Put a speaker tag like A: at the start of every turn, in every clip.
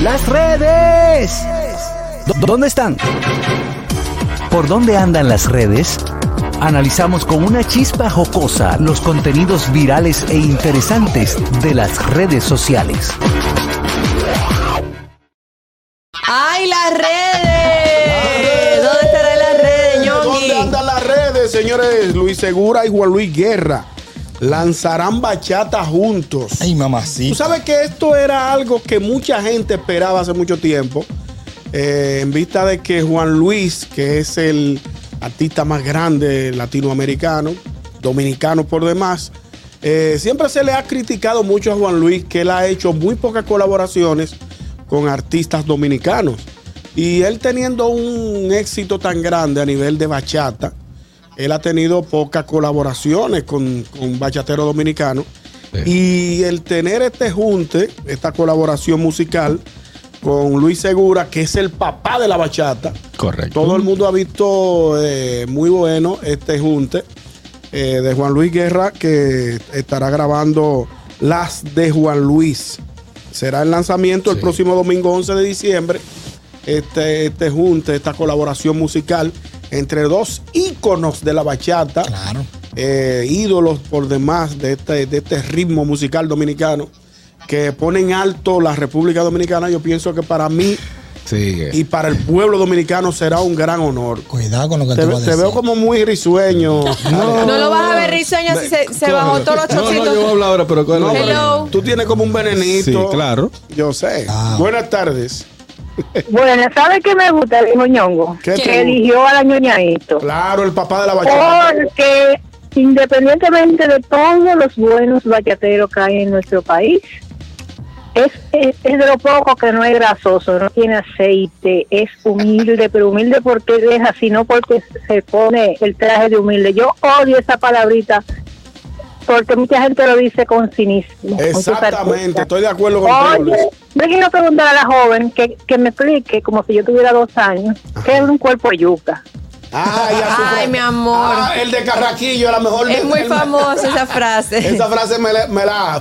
A: Las redes. ¿Dónde están? ¿Por dónde andan las redes? Analizamos con una chispa jocosa los contenidos virales e interesantes de las redes sociales.
B: ¡Ay, las redes! ¿Dónde estarán las redes, Ñongui?
C: ¿Dónde andan las redes, señores? Luis Segura y Juan Luis Guerra lanzarán bachata juntos.
D: Ay,
C: Tú
D: mamacita.
C: sabes que esto era algo que mucha gente esperaba hace mucho tiempo, eh, en vista de que Juan Luis, que es el artista más grande latinoamericano, dominicano por demás, eh, siempre se le ha criticado mucho a Juan Luis que él ha hecho muy pocas colaboraciones con artistas dominicanos. Y él teniendo un éxito tan grande a nivel de bachata, él ha tenido pocas colaboraciones con, con bachateros dominicanos. Y el tener este junte, esta colaboración musical con Luis Segura, que es el papá de la bachata.
D: Correcto.
C: Todo el mundo ha visto eh, muy bueno este junte eh, de Juan Luis Guerra, que estará grabando Las de Juan Luis. Será el lanzamiento el
D: Sí.
C: próximo domingo 11 de diciembre. Este, este junte, esta colaboración musical entre dos íconos de la bachata
D: Claro.
C: eh, ídolos por demás de este, de este ritmo musical dominicano que ponen alto la República Dominicana, yo pienso que para mí
D: Sigue.
C: y para el pueblo dominicano será un gran honor.
D: Cuidado con lo que
C: Te,
D: te,
C: ve-
D: vas a
C: te
D: decir.
C: veo como muy risueño.
B: No, lo vas a ver risueño si se, se bajó todos los chocitos.
E: No, no, yo voy a hablar ahora, pero
C: No,
E: cógelo.
C: pero
B: Hello.
C: Tú tienes como un venenito.
E: Sí, claro.
C: Yo sé.
D: Ah.
C: Buenas tardes.
F: Bueno, ¿sabe qué me gusta? Dijo Ñongo.
C: ¿Qué te
F: que
C: gusta?
F: eligió a la ñoñadito.
C: Claro, el papá de la bachata.
F: Porque independientemente de todos los buenos bachateros que hay en nuestro país, es, es, es de lo poco que no es grasoso, no tiene aceite, es humilde, pero humilde porque es así, no porque se pone el traje de humilde. Yo odio esa palabrita porque mucha gente lo dice con cinismo. muchos
C: Exactamente,
F: artistas.
C: estoy de acuerdo contigo, Luis.
F: Oye, yo quiero preguntar a la joven que, que me explique, como si yo tuviera dos años, qué es un cuerpo de yuca.
C: Ay, a su-
B: Ay, mi amor.
C: Ah, el de Carraquillo, a lo mejor.
B: Es muy
C: el-
B: famosa esa frase.
C: Esa frase me la, me la,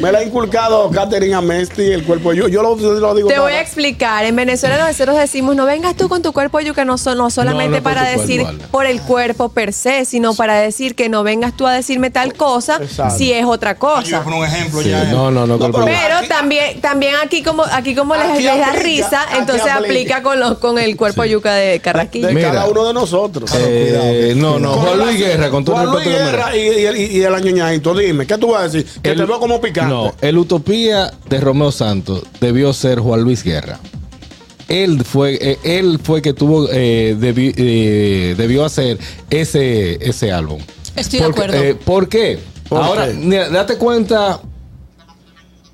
C: me la ha inculcado Katherine Amesti, el cuerpo yo. Yo lo, yo lo digo.
B: Te voy
C: para-
B: a explicar. En Venezuela nosotros decimos, no vengas tú con tu cuerpo yuca, no, so- no solamente
E: No, no por
B: para
E: tu cuerpo,
B: decir
E: Ale.
B: por el cuerpo per se, sino para decir que no vengas tú a decirme tal cosa
C: Exacto.
B: si es otra cosa.
D: un ejemplo
E: Sí, No, no, no,
C: pero-
E: cógelo.
B: Pero
C: Aquí-
B: también, también aquí como aquí como les,
C: Aquí
B: les da
C: aplica,
B: risa,
C: aquí
B: entonces
C: aplica.
B: aplica con los con el cuerpo yuca de Carraquillo.
C: de
E: Mira.
C: cada uno de nosotros.
E: Eh, no, no, Juan Luis Guerra, con todo
C: Juan
E: el
C: Luis
E: respeto que
C: Guerra y, y, y el añoñadito, dime, ¿qué tú vas a decir? Que
E: El-
C: te veo como picante.
E: No, el utopía de Romeo Santos debió ser Juan Luis Guerra. Él fue, eh, él fue que tuvo, eh, debi- eh, debió hacer ese, ese álbum. Porque-
G: Estoy de acuerdo.
E: eh, ¿Por qué?
C: ¿Por
E: Ahora,
C: qué?
E: mira, date cuenta.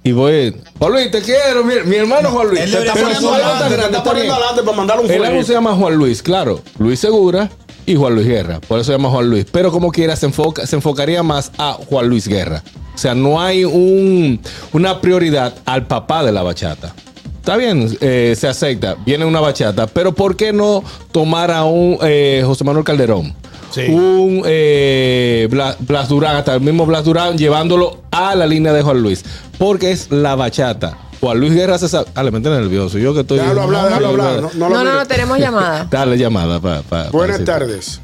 E: Y voy. Juan Luis, te quiero, mi, mi hermano Juan Luis.
D: Él
E: Te
D: debería
C: Pero
E: pero
D: poner
E: su
C: tú
D: poniendo
C: adelante,
E: álbum está
C: te
E: grande,
C: está
E: está
C: poniendo
E: bien.
C: adelante para mandar un
E: El álbum se
C: fuego.
E: llama Juan Luis, claro. Luis Segura y Juan Luis Guerra. Por eso se llama Juan Luis. Pero como quiera, se, enfoca, se enfocaría más a Juan Luis Guerra. O sea, no hay un, una prioridad al papá de la bachata. Está bien, eh, se acepta, viene una bachata, pero ¿por qué no tomar a un eh, José Manuel Calderón?
C: Sí.
E: Un eh, Bla- Blas Durán, hasta el mismo Blas Durán, llevándolo a la línea de Juan Luis, porque es la bachata. Juan Luis Guerra se sabe. Ah, le metí nervioso. Yo que estoy.
C: Déjalo hablar, déjalo
E: Sí,
C: hablar.
E: vale.
C: No,
B: No,
C: no lo
B: no, no,
C: mires.
B: tenemos llamada.
E: Dale llamada para.
C: Buenas tardes.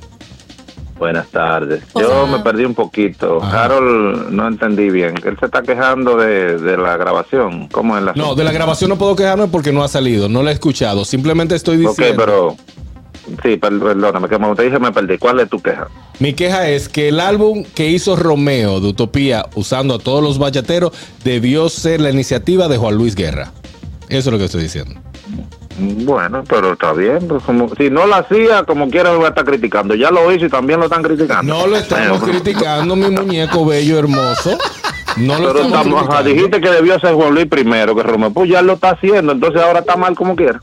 H: Buenas tardes.
B: O
H: Yo
B: sea-
H: me perdí un poquito.
E: Ajá.
H: Harold, no entendí bien. Él se está quejando de, de la grabación. ¿Cómo es la
E: No, de la grabación no puedo quejarme porque no ha salido, no la he escuchado. Simplemente estoy
H: Ok,
E: diciendo.
H: pero... Sí, per- perdóname, que como te dije me perdí. ¿Cuál es tu queja?
E: Mi queja es que el álbum que hizo Romeo de Utopía usando a todos los bachateros debió ser la iniciativa de Juan Luis Guerra. Eso es lo que estoy diciendo.
H: Bueno, pero está bien. pues, como, si no la hacía, como quiera lo voy a estar criticando. Ya lo hizo y también lo están criticando.
E: No lo estamos
H: Pero-
E: criticando, mi muñeco bello, hermoso. No lo
H: Pero
E: estamos,
H: estamos- ajá,
E: criticando.
H: dijiste que debió ser Juan Luis primero, que Romeo. Pues ya lo está haciendo, entonces ahora está mal como quiera.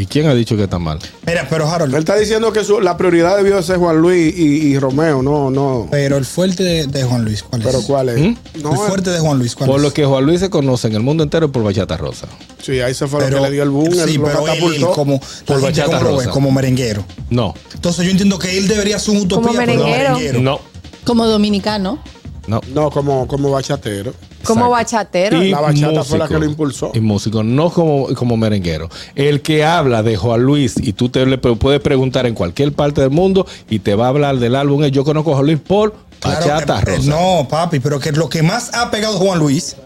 E: ¿Y quién ha dicho que está mal?
D: Mira, pero
C: Él
D: Harold,
C: está diciendo que su- la prioridad debió ser Juan Luis y, y Romeo, no, no.
D: pero el fuerte de, de Juan Luis, ¿cuál es?
C: Pero ¿cuál es?
E: ¿Mm?
C: No,
D: el fuerte de Juan Luis, ¿cuál
E: Por
D: es?
E: lo que Juan Luis se conoce en el mundo entero es por Bachata Rosa.
C: sí, ahí se fue lo que le dio el boom,
D: sí,
C: él lo
D: pero él- él
C: catapultó.
D: como,
E: Por
D: la gente
E: bachata
D: como, lo ve,
E: rosa.
D: como merenguero.
E: No,
D: Entonces yo entiendo que él debería ser un utopía
B: Como
D: pero
B: merenguero.
E: no,
G: Como dominicano.
E: no.
C: No, como, como bachatero.
B: Como bachatero.
E: Y
C: La bachata fue la que lo impulsó.
E: Y músico, no como, como merenguero. El que habla de Juan Luis y tú te le pe- puedes preguntar en cualquier parte del mundo y te va a hablar del álbum. Yo conozco a Juan Luis por
D: Claro
E: Bachata
D: que- eh,
E: Rosa.
D: No, papi, pero que lo que más ha pegado Juan Luis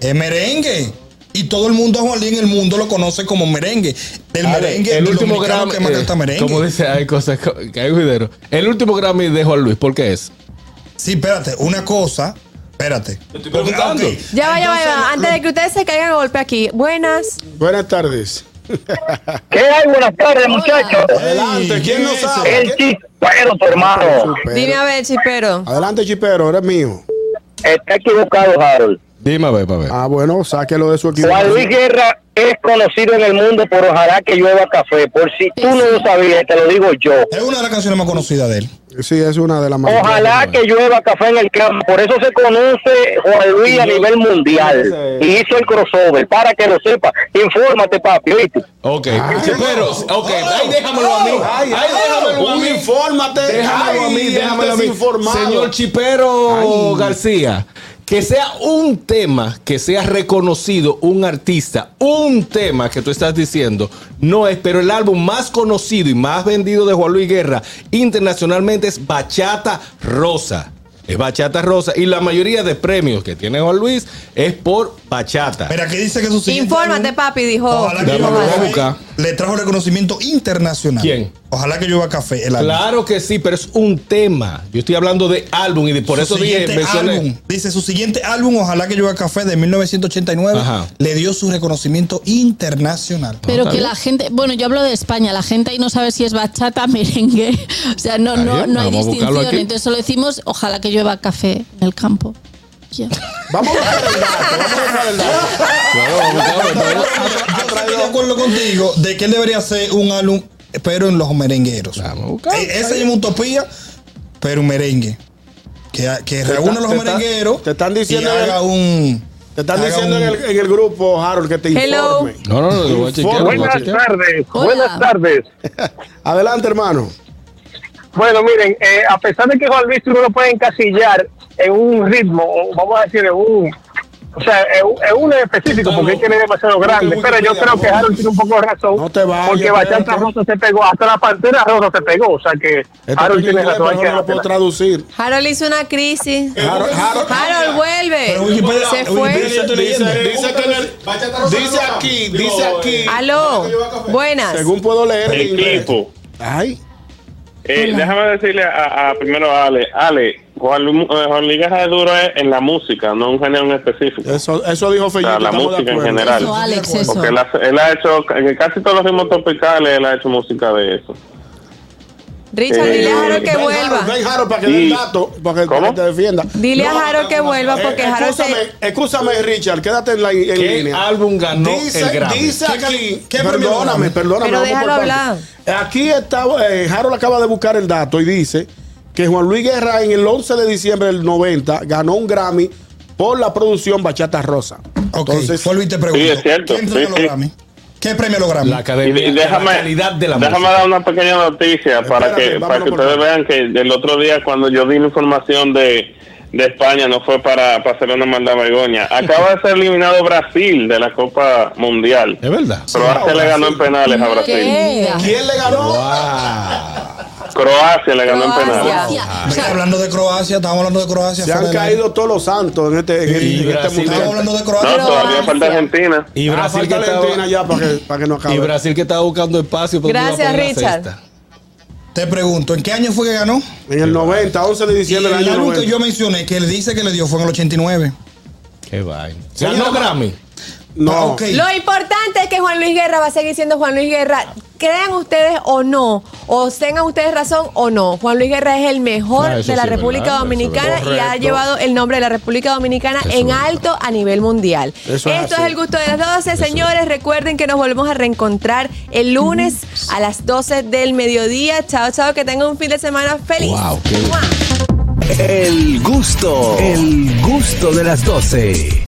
D: es merengue. Y todo el mundo a Juan Luis en el mundo lo conoce como merengue. Del
E: Ale,
D: merengue,
E: el
D: del
E: último
D: dominicano
E: Grammy,
D: que más
E: eh,
D: canta merengue.
E: como dice, hay cosas co- que hay juidero. El último Grammy de Juan Luis, ¿por qué es?
D: Sí, espérate, una cosa. Espérate.
E: estoy preguntando.
D: Ok,
B: Ya va, ya va, ya
D: entonces,
B: va. Antes de que ustedes se caigan a golpe aquí. Buenas.
C: Buenas tardes.
G: ¿Qué hay? Buenas tardes, muchachos.
C: Adelante, ¿quién no sabe?
G: El chispero, tu hermano.
C: Chipero.
B: Dime a ver, Chipero.
C: Adelante, Chipero, eres mío.
G: Está equivocado, Harold.
E: Dime a ver, para ver.
C: Ah, bueno, sáquelo de su equipo.
G: Juan Luis Guerra es conocido en el mundo por ojalá que llueva café. Por si tú no lo sabías, te lo digo yo.
D: Es una de las canciones más conocidas de él.
C: Sí, es una de las más.
G: Ojalá que llueva café en el campo. Por eso se conoce Juan Luis a nivel mundial. Y hizo el crossover, para que lo sepa. Infórmate, papi, ¿oíste?
E: Ok, Chipero, ok, ahí déjamelo a mí.
C: Ay,
E: oh, ahí déjamelo a mí.
C: Infórmate.
E: Déjamelo a mí, déjamelo a mí. Señor Chipero García, que sea un tema que sea reconocido un artista, un tema que tú estás diciendo, no es, pero el álbum más conocido y más vendido de Juan Luis Guerra internacionalmente es Bachata Rosa. Es Bachata Rosa y la mayoría de premios que tiene Juan Luis es por Bachata.
D: Mira, que dice que su siguiente
B: Infórmate,
D: álbum-
B: papi, dijo.
D: Ojalá que
E: Dame,
D: llueva
E: voy a
D: café.
E: buscar.
D: Le trajo reconocimiento internacional.
E: ¿Quién?
D: Ojalá que llueva café. El álbum.
E: Claro que sí, pero es un tema. Yo estoy hablando de álbum y de- por
D: Su
E: eso dije,
D: siguiente
E: mencioné-
D: álbum. dice su siguiente álbum, Ojalá que llueva café de 1989,
E: Ajá.
D: le dio su reconocimiento internacional.
I: Pero
E: está
I: que
E: bien.
I: la gente, bueno, yo hablo de España, la gente ahí no sabe si es bachata, merengue, o sea, no,
E: Está
I: no,
E: bien,
I: no hay
E: vamos a buscarlo
I: distinción.
E: aquí.
I: Entonces solo decimos, ojalá que llueva café en el campo. Ya.
C: Vamos a buscar el dato. Vamos a buscar el dato.
E: Claro, vamos, vamos, vamos.
D: Yo estoy de acuerdo contigo de que él debería ser un álbum, pero en los merengueros.
E: Vamos a buscar.
D: Eh, Esa es una utopía, pero un merengue. Que,
C: Te
D: que reúna
C: está-
D: a los
C: te está-
D: merengueros
C: te están diciendo
D: y haga
C: el-
D: un...
C: Te están
D: haga
C: diciendo
D: un-
C: en, el, en el grupo, Harold, que te
B: Hello.
C: informe.
E: No, no, no, lo voy a chequear, lo voy a
C: Buenas
E: chequear.
G: tardes,
I: Hola. buenas
G: tardes.
C: Adelante, hermano.
G: Bueno, miren, eh, a pesar de que Juan Luis uno lo puede encasillar en un ritmo, o vamos a decir, en un. O sea, en, un- en uno en específico, porque es que él es demasiado grande. Pero yo creo que Harold tiene un poco de razón.
C: No te vayas,
G: porque Bachata
C: espérate.
G: Rosa se pegó, hasta la pantera Rosa se pegó. O sea que
C: Esta
G: Harold
C: opinión
G: tiene
C: inglés,
G: razón.
C: pero
G: hay que
C: Este no lo puedo
G: dársela.
C: traducir.
B: Harold hizo una crisis.
C: Harold-
B: Harold,
C: Harold-
D: Pero
B: vuelve.
D: Wikipedia-
B: Se
D: Wikipedia-
B: fue.
D: estoy
C: Dice,
D: leyendo.
C: dice que en el- dice aquí, dice aquí.
B: Aló. Buenas.
C: Según puedo leer. en
J: El
C: inglés.
J: equipo.
C: Ay.
J: Eh, déjame decirle a, a- primero a Ale. Ale, Juan, Lu- eh, Juan Luis Guerra de Duro es en la música, no en un género en específico.
C: Eso, eso dijo
J: o
C: Fellito.
J: sea, la
C: estamos de
J: música en
C: acuerdo.
J: general.
I: Eso, Alex, eso.
J: Porque él ha, él ha hecho, en casi todos los ritmos tropicales, él ha hecho música de eso.
B: Richard,
J: Eh,
B: dile a Harold que
C: Ven,
B: vuelva.
C: Harold, ven, Harold, para que dé el
J: Sí.
C: dato, para que
J: ¿Cómo?
C: te defienda.
B: Dile a Harold que vuelva porque
C: Eh,
B: Harold
C: Escúchame,
B: se.
C: escúchame, Richard, quédate en la en
E: ¿Qué
C: línea.
E: álbum ganó el Grammy?
C: Dice
D: ¿Qué
C: aquí,
D: cal- qué premio
C: perdóname,
D: ganó?
C: perdóname.
B: Pero
C: vamos por
B: déjalo
C: parte.
B: hablar.
C: Aquí está, eh, Harold acaba de buscar el dato y dice que Juan Luis Guerra en el 11 de diciembre del 90 ganó un Grammy por la producción Bachata Rosa.
D: Ok,
C: Entonces,
D: vuelvo y te pregunto.
J: Sí, es cierto.
D: ¿Quién premio
J: Sí,
D: lo
J: sí.
D: Grammy? ¿Qué premio lo Grammy?
E: La
J: Y
E: academia,
J: de- déjame,
E: la calidad de la
J: déjame
E: música.
J: dar una pequeña noticia para que, para
C: Espérate,
J: que
C: vámonos por
J: ustedes vean
C: favor.
J: que el otro día cuando yo di la información de, de España no fue para, para hacer una maldad vergoña. Acaba de ser eliminado Brasil de la Copa Mundial.
E: Es verdad.
J: Croacia le ganó en penales a Brasil.
I: Querida.
C: ¿quién le ganó?
J: Croacia le ganó en
B: Croacia.
J: penales.
I: Gracias.
D: Ve, hablando de Croacia, estamos hablando de Croacia.
C: Se han
D: fuera del aire.
C: caído todos los santos en este, en
E: Y
C: este- en este
E: Brasil
D: Estamos
C: mundial.
D: hablando de
J: No,
D: Croacia.
J: todavía falta Argentina.
E: Y
C: Ah,
E: Brasil, que
C: falta Argentina
E: estaba,
C: ya para que, para que no acabe.
E: y Brasil que estaba buscando espacio. ¿por dónde
B: Gracias,
E: iba a poner la
B: Richard.
E: cesta?
D: Te pregunto, ¿en qué año fue que ganó?
C: en el 90, 11 de
D: Y el
C: diciembre del año
D: álbum
C: 90.
D: que yo mencioné, que él dice que le dio fue en el 89.
E: Qué vaina.
C: Señora,
E: Ganó Grammy.
D: Ah,
C: No,
D: ok.
B: Lo importante es que Juan Luis Guerra va a seguir siendo Juan Luis Guerra, crean ustedes o no, o tengan ustedes razón o no. Juan Luis Guerra es el mejor
E: Ah, eso
B: de la
E: sí,
B: República
E: ¿verdad? Eso
B: Dominicana
E: es
B: y ha llevado el nombre de la República Dominicana
E: Eso
B: en
E: es verdad.
B: alto a nivel mundial.
C: Eso es
B: Esto
C: así.
B: es el gusto de las 12, señores. Recuerden que nos volvemos a reencontrar el lunes a las 12 del mediodía. Chao, chao, que tengan un fin de semana feliz.
E: Wow, qué-
B: ¡Mua!
A: El gusto, el gusto de las 12.